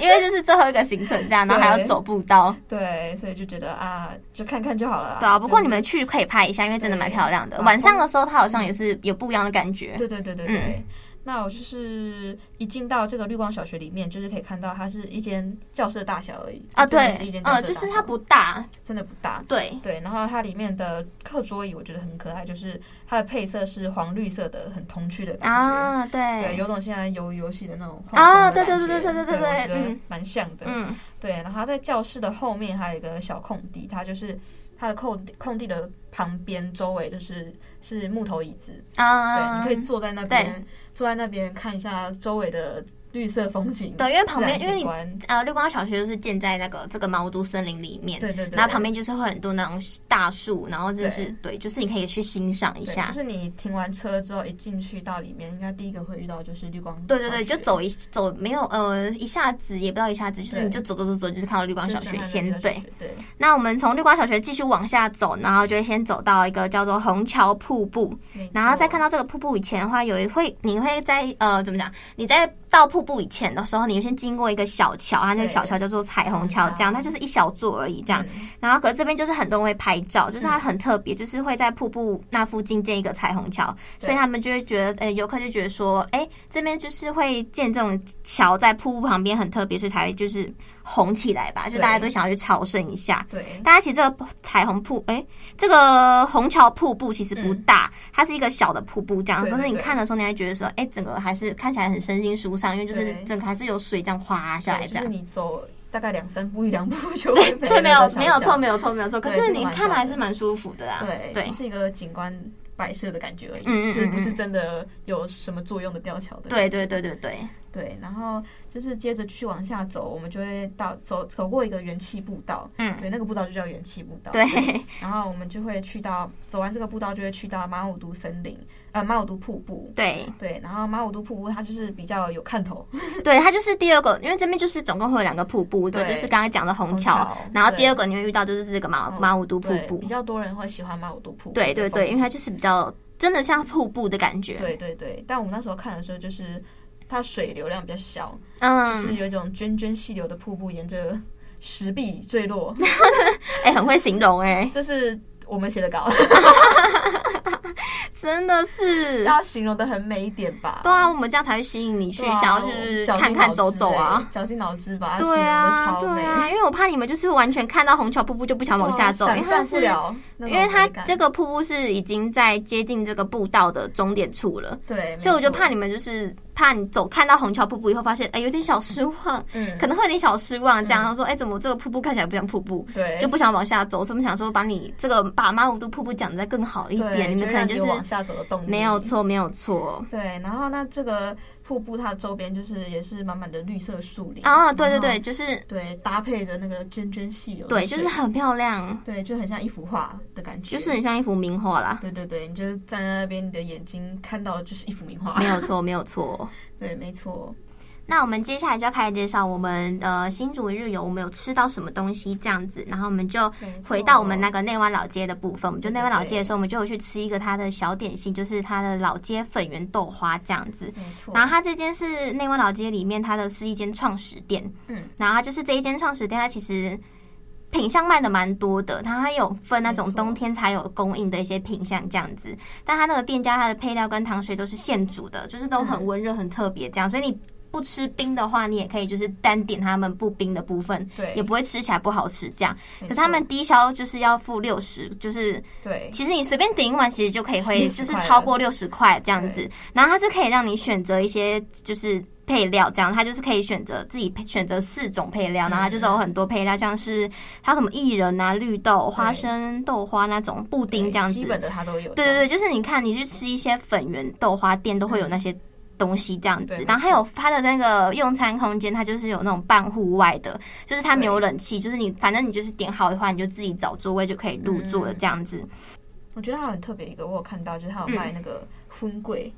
Speaker 1: 因为就是最后一个行程这样，然后还要
Speaker 2: 对
Speaker 1: 走步 道。
Speaker 2: 对，所以就觉得啊，就看看就好了啦。
Speaker 1: 对啊，不过
Speaker 2: 就
Speaker 1: 你们去可以拍一下，因为真的蛮
Speaker 2: 对
Speaker 1: 漂亮的。
Speaker 2: 啊
Speaker 1: 晚上的时候，它好像也是有不一样的感觉。
Speaker 2: 对对对对对。
Speaker 1: 嗯
Speaker 2: 那我就是一进到这个绿光小学里面，就是可以看到它是一间教室的大小而已
Speaker 1: 啊，
Speaker 2: 就真的
Speaker 1: 对
Speaker 2: 是一间，教室
Speaker 1: 呃，
Speaker 2: 的
Speaker 1: 就是
Speaker 2: 大
Speaker 1: 它
Speaker 2: 小
Speaker 1: 不大，
Speaker 2: 真的不大。
Speaker 1: 对，
Speaker 2: 对，然后它里面的课桌椅我觉得很可爱，就是它的配色是黄绿色的，很童趣的感觉。
Speaker 1: 啊，
Speaker 2: 对，
Speaker 1: 对，
Speaker 2: 有种现在游游戏的那种
Speaker 1: 啊
Speaker 2: 画风的
Speaker 1: 对对对
Speaker 2: 感觉
Speaker 1: 对对对
Speaker 2: 对
Speaker 1: 对
Speaker 2: 我觉得
Speaker 1: 嗯
Speaker 2: 蛮像的。
Speaker 1: 嗯，
Speaker 2: 对，然后它在教室的后面还有一个小空地，它就是它的空地空地的旁边周围就是是木头椅子，对，
Speaker 1: 啊，
Speaker 2: 你可以坐在那边，坐在那边看一下周围的绿色风景，
Speaker 1: 对因为旁边
Speaker 2: 自然景
Speaker 1: 因
Speaker 2: 观
Speaker 1: 呃，绿光小学就是建在那个这个毛都森林里面，
Speaker 2: 对对对
Speaker 1: 然后旁边就是会很多那种大树，然后就是对，就是你可以去欣赏一
Speaker 2: 对
Speaker 1: 下
Speaker 2: 就，是你停完车之后一进去到里面，应该第一个会遇到就是绿光小学，
Speaker 1: 对对对，就走一走，没有呃，一下子也不到一下子，就是
Speaker 2: 对
Speaker 1: 你就走走走走，就是看到绿光
Speaker 2: 就是
Speaker 1: 小
Speaker 2: 看
Speaker 1: 学
Speaker 2: 到绿
Speaker 1: 先
Speaker 2: 光小
Speaker 1: 对
Speaker 2: 学。对
Speaker 1: 那我们从绿光小学继续往下走，然后就会先走到一个叫做虹桥瀑布，
Speaker 2: 没
Speaker 1: 然后在看
Speaker 2: 错
Speaker 1: 到这个瀑布以前的话，有一会你会在呃怎么讲？你在到瀑布以前的时候，你会先经过一个小桥，它那个
Speaker 2: 对
Speaker 1: 小桥叫做彩虹桥，这样
Speaker 2: 虹桥
Speaker 1: 它就是一小座而已，这样。
Speaker 2: 嗯
Speaker 1: 然后可是这边就是很多人会拍照，就是它很特别，就是会在瀑布那附近建一个彩虹桥，所以他们就会觉得，呃，游客就觉得说，哎，这边就是会建这种桥在瀑布旁边很特别，所以才会就是红起来吧，就
Speaker 2: 对
Speaker 1: 大家都想要去朝圣一下。
Speaker 2: 对
Speaker 1: 大家其实这个彩虹瀑，哎、这个虹桥瀑布其实不大，它是一个小的瀑布这样。
Speaker 2: 嗯对对
Speaker 1: 可是你
Speaker 2: 对
Speaker 1: 看的时候，你还觉得说，哎、整个还是看起来很身心舒畅，因为就是
Speaker 2: 对
Speaker 1: 整个还是有水这样哗下来
Speaker 2: 对
Speaker 1: 这
Speaker 2: 就
Speaker 1: 样
Speaker 2: 是。你走大概两三步一两步就会
Speaker 1: 对，没有
Speaker 2: 那个小
Speaker 1: 没有错，
Speaker 2: 巷
Speaker 1: 没有错，没有错。可
Speaker 2: 对
Speaker 1: 是
Speaker 2: 真的
Speaker 1: 你
Speaker 2: 蛮
Speaker 1: 看
Speaker 2: 棒
Speaker 1: 了还
Speaker 2: 的
Speaker 1: 是蛮舒服的啊。
Speaker 2: 对
Speaker 1: 对
Speaker 2: 就是一个景观摆设的感觉而已，
Speaker 1: 嗯嗯
Speaker 2: 就是
Speaker 1: 嗯
Speaker 2: 不
Speaker 1: 嗯
Speaker 2: 是真的有什么作用的吊桥的，
Speaker 1: 对对对对对，
Speaker 2: 对，然后就是接着继续往下走，我们就会到走走过一个元气步道，
Speaker 1: 嗯，
Speaker 2: 对，那个步道就叫元气步道。，
Speaker 1: 对，
Speaker 2: 然后我们就会去到走完这个步道，就会去到马武都森林，呃，马武都瀑布。
Speaker 1: 对，
Speaker 2: 对，然后马武都瀑布它就是比较有看头，
Speaker 1: 对，它就是第二个，因为这边就是总共会有两个瀑布，对，
Speaker 2: 对
Speaker 1: 就是刚刚讲的虹
Speaker 2: 虹
Speaker 1: 桥
Speaker 2: 桥，
Speaker 1: 然后
Speaker 2: 对
Speaker 1: 第二个你会遇到就是这个马
Speaker 2: 嗯
Speaker 1: 马武都瀑
Speaker 2: 对，
Speaker 1: 布
Speaker 2: 比，较多人会喜欢马武都瀑布的
Speaker 1: 对
Speaker 2: 风景。
Speaker 1: 对对，因为它就是比较真的像瀑布的感觉，
Speaker 2: 对对对，但我们那时候看的时候，就是它水流量比较小，就是
Speaker 1: 嗯，
Speaker 2: 有一种涓涓细流的瀑布沿着石壁 坠落，
Speaker 1: 哎，很会形容哎，
Speaker 2: 这是我们 写的稿。
Speaker 1: 真的是，
Speaker 2: 要形容的很美一点吧。
Speaker 1: 对啊，我们这样才会吸引你去
Speaker 2: 对啊，
Speaker 1: 想要去看看走走啊。
Speaker 2: 绞尽脑汁欸，绞尽脑汁把它
Speaker 1: 对啊，
Speaker 2: 形
Speaker 1: 对
Speaker 2: 容的超美，
Speaker 1: 啊，因为我怕你们就是完全看到虹桥瀑布就不想往下走，因为
Speaker 2: 啊想
Speaker 1: 它
Speaker 2: 象不
Speaker 1: 是
Speaker 2: 了那种
Speaker 1: 因为它
Speaker 2: 哦美感，
Speaker 1: 这个瀑布是已经在接近这个步道的终点处了，
Speaker 2: 对，
Speaker 1: 所以我就
Speaker 2: 没错
Speaker 1: 怕你，们就是怕你走看到虹桥瀑布以后，发现哎、有点小失望，
Speaker 2: 嗯，
Speaker 1: 可能会有点小失望，这样、然后说哎、怎么这个瀑布看起来不像瀑布，
Speaker 2: 对，
Speaker 1: 就不想往下走，所以我们想说把你这个把马武都瀑布讲的再更好一
Speaker 2: 对
Speaker 1: 点，你们可能
Speaker 2: 让
Speaker 1: 就
Speaker 2: 有往
Speaker 1: 是
Speaker 2: 下走的动力
Speaker 1: 没有。错，没有错。
Speaker 2: 对，然后那这个瀑布它周边就是也是满满的绿色树林
Speaker 1: 啊，对对，
Speaker 2: 然
Speaker 1: 对，
Speaker 2: 后
Speaker 1: 就是
Speaker 2: 对，搭配着那个涓涓细流的
Speaker 1: 对，
Speaker 2: 水，
Speaker 1: 就是很漂亮，
Speaker 2: 对，就很像一幅画的感觉，
Speaker 1: 就是很像一幅名画啦。
Speaker 2: 对对对，你就是站在那边，你的眼睛看到的就是一幅名画
Speaker 1: 没，有错，没有错。
Speaker 2: 对，没错，
Speaker 1: 那我们接下来就要开始介绍我们呃新竹一日游，我们有吃到什么东西这样子，然后我们就
Speaker 2: 没错
Speaker 1: 回到我们那个内湾老街的部分。我们就内湾老街的时候，我们就有去吃一个它的小点心，就是它的老街粉圆豆花这样子。
Speaker 2: 没错，
Speaker 1: 然后它这间是内湾老街里面，它的是一间创始店。
Speaker 2: 嗯，
Speaker 1: 然后它就是这一间创始店，它其实品相卖的蛮多的，它还有分那种
Speaker 2: 没错
Speaker 1: 冬天才有供应的一些品相这样子。但它那个店家它的配料跟糖水都是现煮的，就是都很温热、很特别
Speaker 2: 嗯
Speaker 1: 这样，所以你。不吃冰的话，你也可以就是单点他们不冰的部分，
Speaker 2: 对
Speaker 1: 也不会吃起来不好吃这样。可
Speaker 2: 可
Speaker 1: 是他们低消就是要付六十，就是
Speaker 2: 对
Speaker 1: 其实你随便点一碗，其实就可以会
Speaker 2: 60
Speaker 1: 就是
Speaker 2: 块了
Speaker 1: 超过六十块这样子。然后它是可以让你选择一些就是配料，这样它就是可以选择自己配选择四种配料，
Speaker 2: 嗯
Speaker 1: 然后它就是有很多配料，像是它什么薏仁啊、绿豆、花生、豆花那种布丁这样子
Speaker 2: 基。本的它都有。
Speaker 1: 对对对，就是你看你去吃一些粉圆豆花店都会有那些东西这样子
Speaker 2: 对。
Speaker 1: 然后还
Speaker 2: 没
Speaker 1: 有它的那个用餐空间，它就是有那种半户外的，就是它没有
Speaker 2: 对
Speaker 1: 冷气，就是你反正你就是点好的话，你就自己找座位就可以入座的
Speaker 2: 嗯
Speaker 1: 这样子。
Speaker 2: 我觉得它很特别一个，我有看到，就是它有
Speaker 1: 嗯
Speaker 2: 卖那个荤桂，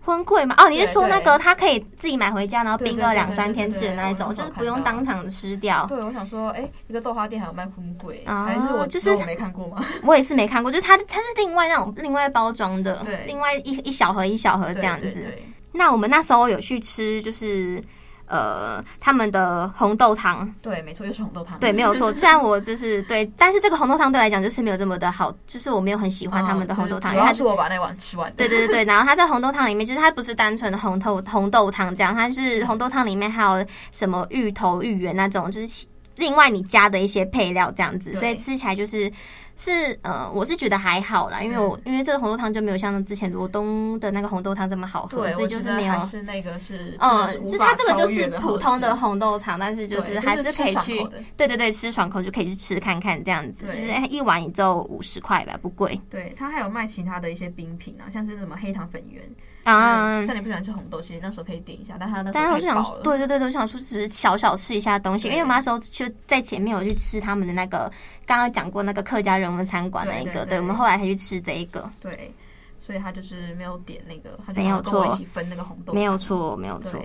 Speaker 1: 婚柜嘛？哦，你是
Speaker 2: 对
Speaker 1: 说那
Speaker 2: 对
Speaker 1: 个他可以自己买回家，然后
Speaker 2: 对
Speaker 1: 冰
Speaker 2: 对
Speaker 1: 个
Speaker 2: 对
Speaker 1: 两
Speaker 2: 对
Speaker 1: 三
Speaker 2: 对
Speaker 1: 天
Speaker 2: 对
Speaker 1: 吃的那一
Speaker 2: 我
Speaker 1: 种，
Speaker 2: 很
Speaker 1: 就是
Speaker 2: 少
Speaker 1: 不用
Speaker 2: 看到
Speaker 1: 当场吃掉。
Speaker 2: 对，我想说，哎、一个豆花店还有卖荤桂，
Speaker 1: 哦啊
Speaker 2: 还是我
Speaker 1: 就是
Speaker 2: 只有我没看过吗？
Speaker 1: 我也是没看过，就是它它是另外那种另外包装的，
Speaker 2: 对
Speaker 1: 另外一一小盒一小盒这样
Speaker 2: 对
Speaker 1: 子。
Speaker 2: 对对
Speaker 1: 那我们那时候有去吃，就是呃他们的红豆汤，
Speaker 2: 对，没错，就是红豆汤。
Speaker 1: 对，没有 错。虽然我就是对，但是这个红豆汤对我来讲就是没有这么的好，就是我没有很喜
Speaker 2: 喜
Speaker 1: 欢他们的红豆汤，
Speaker 2: 啊主
Speaker 1: 因为它
Speaker 2: 要哦是我把那碗吃完的。
Speaker 1: 对对对对，然后它在红豆汤里面，就是它不是单纯的红豆红豆汤这样，它是红豆汤里面还有什么芋头、芋圆那种，就是其另外你加的一些配料这样子，
Speaker 2: 对
Speaker 1: 所以吃起来就是是呃，我是觉得还好啦，因为
Speaker 2: 嗯
Speaker 1: 我、因为这个红豆汤就没有像之前罗东的那个红豆汤这么好喝，
Speaker 2: 对，
Speaker 1: 所以
Speaker 2: 我
Speaker 1: 就
Speaker 2: 觉
Speaker 1: 是
Speaker 2: 得
Speaker 1: 没有
Speaker 2: 还。是那个是，
Speaker 1: 嗯，就是
Speaker 2: 真的无法
Speaker 1: 它这个就
Speaker 2: 超越
Speaker 1: 是
Speaker 2: 的好
Speaker 1: 普通的
Speaker 2: 吃，
Speaker 1: 红豆汤，但是就
Speaker 2: 对
Speaker 1: 是还是可以
Speaker 2: 吃爽
Speaker 1: 去
Speaker 2: 口，的
Speaker 1: 对对对，吃爽口就可以去吃看看这样子，就
Speaker 2: 对
Speaker 1: 是哎一碗也就五十块吧，不贵
Speaker 2: 对，它还有卖其他的一些冰品啊，像是什么黑糖粉圆嗯
Speaker 1: 啊。
Speaker 2: 像你不喜欢吃红豆，其实那时候可以点一下，但它那时
Speaker 1: 但是
Speaker 2: 候
Speaker 1: 我就
Speaker 2: 太
Speaker 1: 想
Speaker 2: 饱，了。
Speaker 1: 对对对，对我想说只是小小吃一下东西，因
Speaker 2: 对
Speaker 1: 为我们那时候就在前面有去吃他们的那个刚刚讲过那个客家人文餐馆那一
Speaker 2: 对
Speaker 1: 个，
Speaker 2: 对
Speaker 1: 对
Speaker 2: 对
Speaker 1: 我们后来才去吃这一个，
Speaker 2: 对，所以他就是没有点那个，他就
Speaker 1: 没有
Speaker 2: 跟我一
Speaker 1: 错
Speaker 2: 起分那个红豆，
Speaker 1: 没有。错没有错
Speaker 2: 对，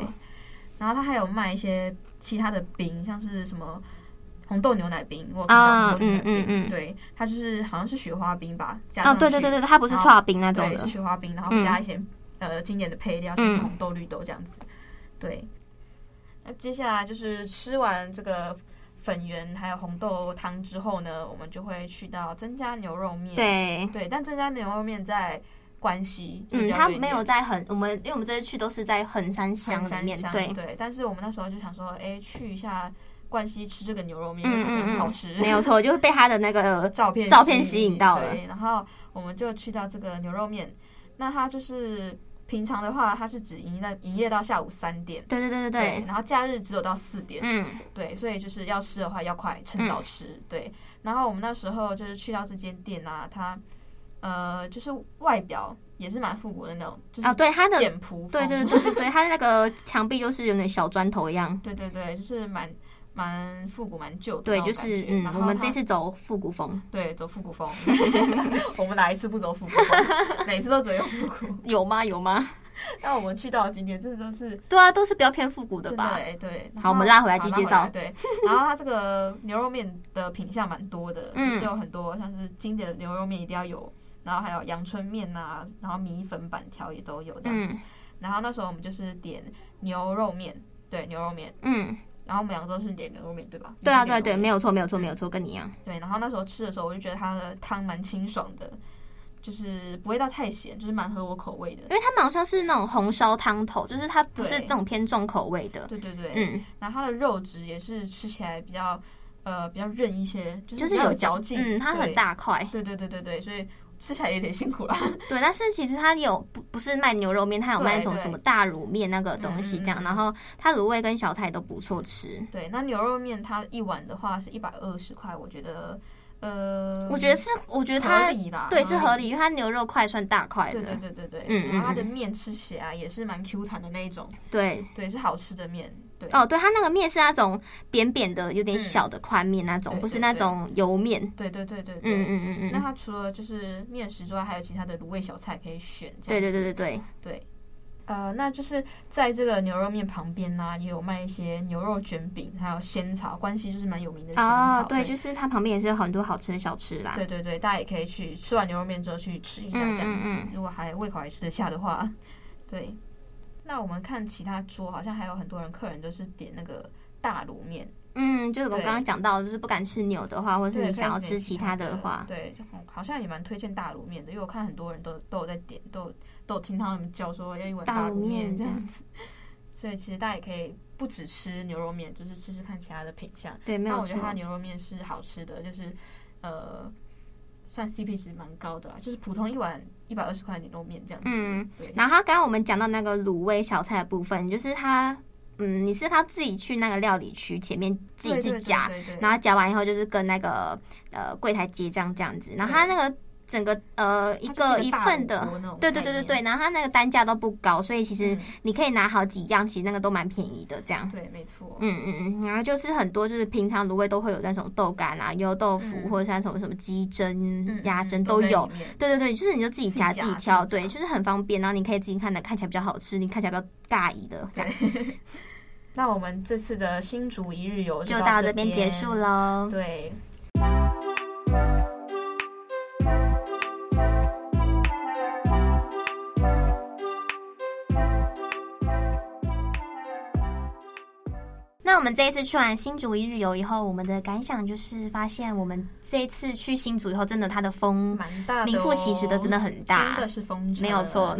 Speaker 2: 然后他还有卖一些其他的冰，像是什么红豆牛奶冰，我有看到
Speaker 1: 啊
Speaker 2: 红豆牛奶冰，
Speaker 1: 嗯嗯嗯
Speaker 2: 对，它就是好像是雪花冰吧，加
Speaker 1: 啊
Speaker 2: 上
Speaker 1: 对对
Speaker 2: 去
Speaker 1: 对对，它不是
Speaker 2: 然后
Speaker 1: 串冰那种
Speaker 2: 对，
Speaker 1: 的
Speaker 2: 是，雪花冰，然后
Speaker 1: 嗯
Speaker 2: 加一些、呃经典的配料，像是
Speaker 1: 嗯
Speaker 2: 红豆、绿豆这样子。对，那接下来就是吃完这个粉圆还有红豆汤之后呢，我们就会去到增加牛肉面。
Speaker 1: 对。
Speaker 2: 对，但增加牛肉面在关西，就
Speaker 1: 嗯，
Speaker 2: 是比较
Speaker 1: 它
Speaker 2: 远一
Speaker 1: 没有
Speaker 2: 点
Speaker 1: 在很我们，因为我们这次去都是在横山乡
Speaker 2: 横
Speaker 1: 里
Speaker 2: 山
Speaker 1: 面，
Speaker 2: 乡
Speaker 1: 对，
Speaker 2: 对。但是我们那时候就想说，哎，去一下关西吃这个牛肉面，
Speaker 1: 嗯
Speaker 2: 就好像
Speaker 1: 嗯
Speaker 2: 很好
Speaker 1: 嗯
Speaker 2: 吃，，
Speaker 1: 没有错，就是被它的那 个
Speaker 2: 照片
Speaker 1: 照片吸引到了
Speaker 2: 对，然后我们就去到这个牛肉面，那它就是平常的话，它是只营业到营业到下午三点，
Speaker 1: 对对对对对，
Speaker 2: 然后假日只有到四点，
Speaker 1: 嗯，
Speaker 2: 对，所以就是要吃的话要快，趁早吃，对。然后我们那时候就是去到这间店啊，它呃就是外表也是蛮复古的那种，就是
Speaker 1: 啊，对它的，
Speaker 2: 简朴风，
Speaker 1: 对对对对对，它的那个墙壁就是有点小砖头一样，
Speaker 2: 对对对，就是蛮蛮复古蛮旧的
Speaker 1: 对，
Speaker 2: 那
Speaker 1: 就
Speaker 2: 种感觉，
Speaker 1: 是嗯
Speaker 2: 然，
Speaker 1: 我
Speaker 2: 后
Speaker 1: 们
Speaker 2: 它
Speaker 1: 这次走复古风，
Speaker 2: 对，走复古风。 我们哪一次不走复古 风？每次都只有复古。
Speaker 1: 有吗？有吗？
Speaker 2: 那我们去到的景点，真的都是
Speaker 1: 对啊，都是比较偏复古的
Speaker 2: 真的
Speaker 1: 吧？
Speaker 2: 哎、对。然
Speaker 1: 好我们
Speaker 2: 后
Speaker 1: 拉回来
Speaker 2: 好
Speaker 1: 继续
Speaker 2: 拉
Speaker 1: 介
Speaker 2: 回
Speaker 1: 绍
Speaker 2: 来对，然后它这个牛肉面的品相蛮多的，
Speaker 1: 嗯
Speaker 2: 就是有很多像是经典的牛肉面一定要有，然后还有阳春面呐、然后米粉板条也都有这样子。
Speaker 1: 嗯
Speaker 2: 然后那时候我们就是点牛肉面，对牛肉面，
Speaker 1: 嗯，
Speaker 2: 然后我们两个都是点牛肉面，对吧？
Speaker 1: 对啊，
Speaker 2: 你是
Speaker 1: 对啊
Speaker 2: 点
Speaker 1: 对，
Speaker 2: 牛
Speaker 1: 没有
Speaker 2: 肉面
Speaker 1: 错，没有错，没有错，跟你一样。
Speaker 2: 对，然后那时候吃的时候，我就觉得它的汤蛮清爽的，就是不会到太咸，就是蛮合我口味的。
Speaker 1: 因为他们好像是那种红烧汤头，就是它不是
Speaker 2: 对
Speaker 1: 那种偏重口味的。
Speaker 2: 对对对，
Speaker 1: 嗯，
Speaker 2: 然后它的肉质也是吃起来比较呃比较韧一些，就
Speaker 1: 就是是
Speaker 2: 比较
Speaker 1: 有
Speaker 2: 有嚼劲，
Speaker 1: 嗯，它很
Speaker 2: 对。
Speaker 1: 大块，
Speaker 2: 对对对对对，所以吃起来有点辛苦啦。
Speaker 1: 对。但是其实它有不不是卖牛肉面，它有
Speaker 2: 对
Speaker 1: 卖那种
Speaker 2: 对
Speaker 1: 什么大卤面那个东西这样，
Speaker 2: 嗯嗯嗯
Speaker 1: 然后它卤味跟小菜都不错吃。
Speaker 2: 对，那牛肉面它一碗的话是一百二十块，我觉得呃，
Speaker 1: 我觉得是，我觉得
Speaker 2: 合
Speaker 1: 它
Speaker 2: 理啦，
Speaker 1: 对是合
Speaker 2: 理。
Speaker 1: 理，因为它牛肉块算大块
Speaker 2: 对对
Speaker 1: 的，
Speaker 2: 对对对，
Speaker 1: 嗯嗯
Speaker 2: 然后它的
Speaker 1: 嗯
Speaker 2: 面吃起来也是蛮 Q 弹的那一种，
Speaker 1: 对。
Speaker 2: 对，是好吃的面，对。
Speaker 1: 哦，对，它那个面是那种扁扁的、有点
Speaker 2: 嗯
Speaker 1: 小的宽面那种，
Speaker 2: 对
Speaker 1: 不是
Speaker 2: 对
Speaker 1: 那
Speaker 2: 对
Speaker 1: 种油面。
Speaker 2: 对对对对对，
Speaker 1: 嗯嗯嗯
Speaker 2: 那
Speaker 1: 嗯，
Speaker 2: 它除了就是面食之外，还有其他的卤味小菜可以选。这
Speaker 1: 对对
Speaker 2: 样
Speaker 1: 对对对。
Speaker 2: 对，呃，那就是在这个牛肉面旁边呢、也有卖一些牛肉卷饼，还有仙草，关西就是蛮有名的仙草。
Speaker 1: 哦，对，就是它旁边也是有很多好吃的小吃啦。
Speaker 2: 对对对，大家也可以去吃完牛肉面之后去吃一下
Speaker 1: 嗯
Speaker 2: 这样子，
Speaker 1: 嗯嗯
Speaker 2: 如果还胃口还吃得下的话，对。那我们看其他桌，好像还有很多人客人就是点那个大卤面，
Speaker 1: 嗯，就是我刚刚讲到，就是不敢吃牛的话，或者是
Speaker 2: 对
Speaker 1: 你想要
Speaker 2: 推荐
Speaker 1: 吃其他的话，
Speaker 2: 对，好像也蛮推荐大卤面的，因为我看很多人都都有在点，都有都有听他们叫说要一碗
Speaker 1: 大
Speaker 2: 大
Speaker 1: 卤
Speaker 2: 卤
Speaker 1: 面
Speaker 2: 面
Speaker 1: 这
Speaker 2: 这
Speaker 1: 样
Speaker 2: 样子。所以其实大家也可以不只吃牛肉面，就是吃吃看其他的品相。
Speaker 1: 对，没
Speaker 2: 那
Speaker 1: 有
Speaker 2: 我觉
Speaker 1: 错
Speaker 2: 得。它的牛肉面是好吃的，就是呃，算 CP 值蛮高的啦，就是普通一碗一百二十块牛肉面这样子。
Speaker 1: 嗯，
Speaker 2: 对
Speaker 1: 然后它刚刚我们讲到那个卤味小菜的部分，就是它，嗯，你是他自己去那个料理区前面自己
Speaker 2: 对
Speaker 1: 自己
Speaker 2: 对
Speaker 1: 夹，
Speaker 2: 对对对
Speaker 1: 然后夹完以后就是跟那个呃柜台结账这样子，然后它那个。整个呃一
Speaker 2: 它
Speaker 1: 个
Speaker 2: 就是
Speaker 1: 一
Speaker 2: 个大
Speaker 1: 份
Speaker 2: 五
Speaker 1: 的
Speaker 2: 锅那种，
Speaker 1: 对对
Speaker 2: 概
Speaker 1: 对对
Speaker 2: 念
Speaker 1: 对，然后它那个单价都不高，所以其实
Speaker 2: 嗯
Speaker 1: 你可以拿好几样，其实那个都蛮便宜的这样。
Speaker 2: 对，没错。
Speaker 1: 嗯嗯嗯，然后就是很多就是平常芦荟都会有那种豆干啊、油豆腐，
Speaker 2: 嗯
Speaker 1: 或者像什么什么鸡胗、
Speaker 2: 嗯
Speaker 1: 鸭
Speaker 2: 嗯
Speaker 1: 胗
Speaker 2: 都在
Speaker 1: 有
Speaker 2: 里面。
Speaker 1: 对对对，就是你就自己
Speaker 2: 自己
Speaker 1: 夹自
Speaker 2: 夹
Speaker 1: 己
Speaker 2: 自己
Speaker 1: 挑，对，
Speaker 2: 夹
Speaker 1: 就是很方便。然后你可以自己看哪看起来比较好吃，你看起来比较尬意的，这样
Speaker 2: 那我们这次的新竹一日游
Speaker 1: 就
Speaker 2: 到
Speaker 1: 到这边结束。喽。
Speaker 2: 对，
Speaker 1: 那我们这一次去完新竹一日游以后，我们的感想就是发现，我们这一次去新竹以后，真的它的风
Speaker 2: 蛮大的、哦，
Speaker 1: 名副其实的真的很大
Speaker 2: 真的是风车，
Speaker 1: 没有错。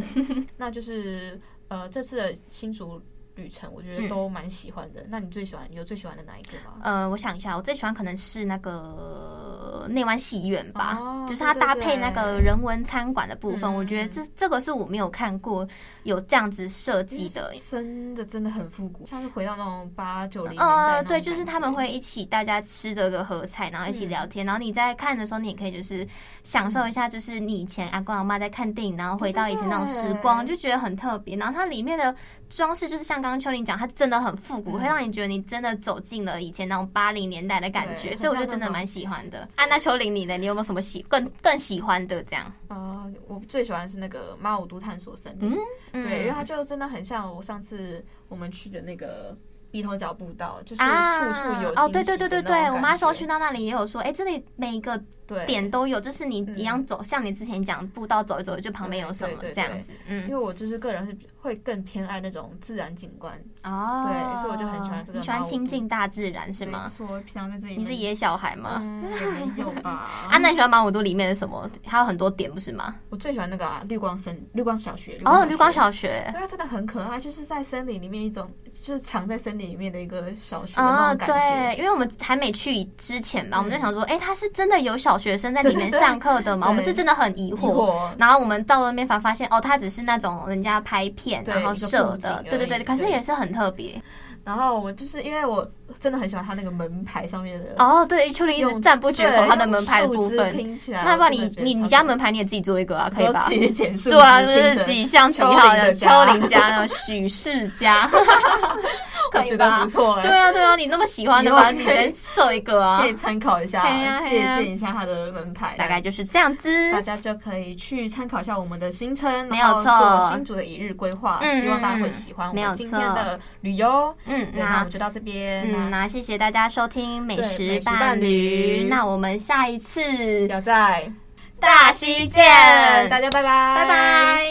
Speaker 2: 那就是呃，这次的新竹旅程，我觉
Speaker 1: 嗯
Speaker 2: 得都蛮喜欢的。那你最喜欢有最喜欢的哪一个吗？
Speaker 1: 呃，我想一下，我最喜欢可能是那个内湾戏院吧，
Speaker 2: 哦
Speaker 1: 就是它
Speaker 2: 对对
Speaker 1: 搭配那个
Speaker 2: 对
Speaker 1: 人文餐馆的部分，
Speaker 2: 嗯
Speaker 1: 我觉得这这个是我没有看过有这样子设计的。
Speaker 2: 真的真的很复古，像是回到那种八九零年代那
Speaker 1: 呃，
Speaker 2: 种
Speaker 1: 对，就是
Speaker 2: 感觉
Speaker 1: 他们会一起大家吃这个合菜，然后一
Speaker 2: 嗯
Speaker 1: 起聊天，然后你在看的时候，你也可以就是享受一下，就是你以前阿公阿妈在看电影，然后回到以前那种时光，
Speaker 2: 对
Speaker 1: 就觉得很特别。然后它里面的装饰，就是像刚刚秋玲讲，它真的很复古，
Speaker 2: 嗯
Speaker 1: 会让你觉得你真的走进了以前那种八零年代的感觉，
Speaker 2: 对
Speaker 1: 所以我就真的蛮喜欢的。啊，那秋玲你呢？你有没有什么喜更更喜欢的这样？
Speaker 2: 呃，我最喜欢是那个马武都探索森林，
Speaker 1: 嗯嗯
Speaker 2: 对，因为它就真的很像我上次我们去的那个鼻头角步道，就是
Speaker 1: 啊，
Speaker 2: 处处有
Speaker 1: 哦，
Speaker 2: 惊
Speaker 1: 对对对
Speaker 2: 喜的
Speaker 1: 对
Speaker 2: 那种
Speaker 1: 对，我妈
Speaker 2: 感
Speaker 1: 说
Speaker 2: 觉
Speaker 1: 去到那里也有说，哎，这里每个
Speaker 2: 对
Speaker 1: 点都有，就是你一样走，像你之前讲步道走一走，就旁边有
Speaker 2: 对
Speaker 1: 什么
Speaker 2: 嗯对对
Speaker 1: 这样子，
Speaker 2: 因
Speaker 1: 嗯，
Speaker 2: 为我就是个人是会更偏爱那种自然景观，
Speaker 1: 哦，
Speaker 2: 对所以我就很喜欢这个
Speaker 1: 你喜欢
Speaker 2: 猫屋
Speaker 1: 亲近大自然是
Speaker 2: 没
Speaker 1: 吗？
Speaker 2: 错，平常在这里
Speaker 1: 你是
Speaker 2: 面
Speaker 1: 野小孩吗？？
Speaker 2: 嗯，也没有吧
Speaker 1: 啊 啊，那你喜欢马武都里面的什么？还有很多点不是吗？
Speaker 2: 我最喜欢那个啊，绿光森绿光小学
Speaker 1: 哦，绿光
Speaker 2: 学，
Speaker 1: 小学
Speaker 2: 因为，它真的很可爱，就是在森林里面一种，就是藏在森林里面的一个小学的啊那
Speaker 1: 哦，
Speaker 2: 种感
Speaker 1: 对
Speaker 2: 觉。，
Speaker 1: 因为我们还没去之前吧，我
Speaker 2: 嗯
Speaker 1: 们就想说，哎，他是真的有小学生在里面
Speaker 2: 对对对
Speaker 1: 上课的吗？
Speaker 2: 对
Speaker 1: 我们是真的很疑
Speaker 2: 疑
Speaker 1: 惑。
Speaker 2: 惑
Speaker 1: 然后我们到了那边才发现，哦，他只是那种人家拍片
Speaker 2: 对
Speaker 1: 然后
Speaker 2: 一个
Speaker 1: 设
Speaker 2: 布景
Speaker 1: 的
Speaker 2: 而，已
Speaker 1: 对对对，可是
Speaker 2: 对
Speaker 1: 也是很特别。
Speaker 2: 然后我就是因为我真的很喜欢它那个门牌上面的
Speaker 1: 哦，对，秋玲一直
Speaker 2: 用
Speaker 1: 赞不绝口
Speaker 2: 对
Speaker 1: 他的
Speaker 2: 用
Speaker 1: 门牌的
Speaker 2: 树
Speaker 1: 部
Speaker 2: 枝
Speaker 1: 分，
Speaker 2: 拼起来，
Speaker 1: 那要不然
Speaker 2: 我真
Speaker 1: 你
Speaker 2: 的觉得
Speaker 1: 你
Speaker 2: 超
Speaker 1: 你家
Speaker 2: 可
Speaker 1: 门牌你也自己做一个啊，可
Speaker 2: 爱
Speaker 1: 以吧
Speaker 2: 都？自己简 述
Speaker 1: 对啊，
Speaker 2: 自
Speaker 1: 就
Speaker 2: 己
Speaker 1: 是
Speaker 2: 拼成
Speaker 1: 几项几
Speaker 2: 秋
Speaker 1: 号
Speaker 2: 林
Speaker 1: 的
Speaker 2: 的
Speaker 1: 秋林家 呢，许氏 家，可
Speaker 2: 我
Speaker 1: 以
Speaker 2: 觉得
Speaker 1: 吧
Speaker 2: 不？错哎
Speaker 1: 对，啊，对啊，你那么喜欢的话，
Speaker 2: 以后
Speaker 1: 你
Speaker 2: 可以
Speaker 1: 再设一个啊
Speaker 2: 可，以参考一
Speaker 1: 嘿呀
Speaker 2: 下，
Speaker 1: 嘿
Speaker 2: 借
Speaker 1: 呀
Speaker 2: 鉴一下它的门牌，
Speaker 1: 大概就是这样子。
Speaker 2: 大家就可以去参考一下我们的行程，
Speaker 1: 没有
Speaker 2: 然后
Speaker 1: 错
Speaker 2: 做新竹的一日规划，
Speaker 1: 嗯
Speaker 2: 希望大家会喜欢我
Speaker 1: 没有
Speaker 2: 们今天
Speaker 1: 错
Speaker 2: 的旅游。
Speaker 1: 嗯，
Speaker 2: 对，那我
Speaker 1: 那
Speaker 2: 们就到这边，
Speaker 1: 嗯，那谢谢大家收听美
Speaker 2: 对
Speaker 1: 食
Speaker 2: 美食
Speaker 1: 伴
Speaker 2: 伴
Speaker 1: 侣
Speaker 2: 侣，
Speaker 1: 那我们下一次
Speaker 2: 那要在
Speaker 1: 大溪见，
Speaker 2: 大家拜拜，
Speaker 1: 拜拜。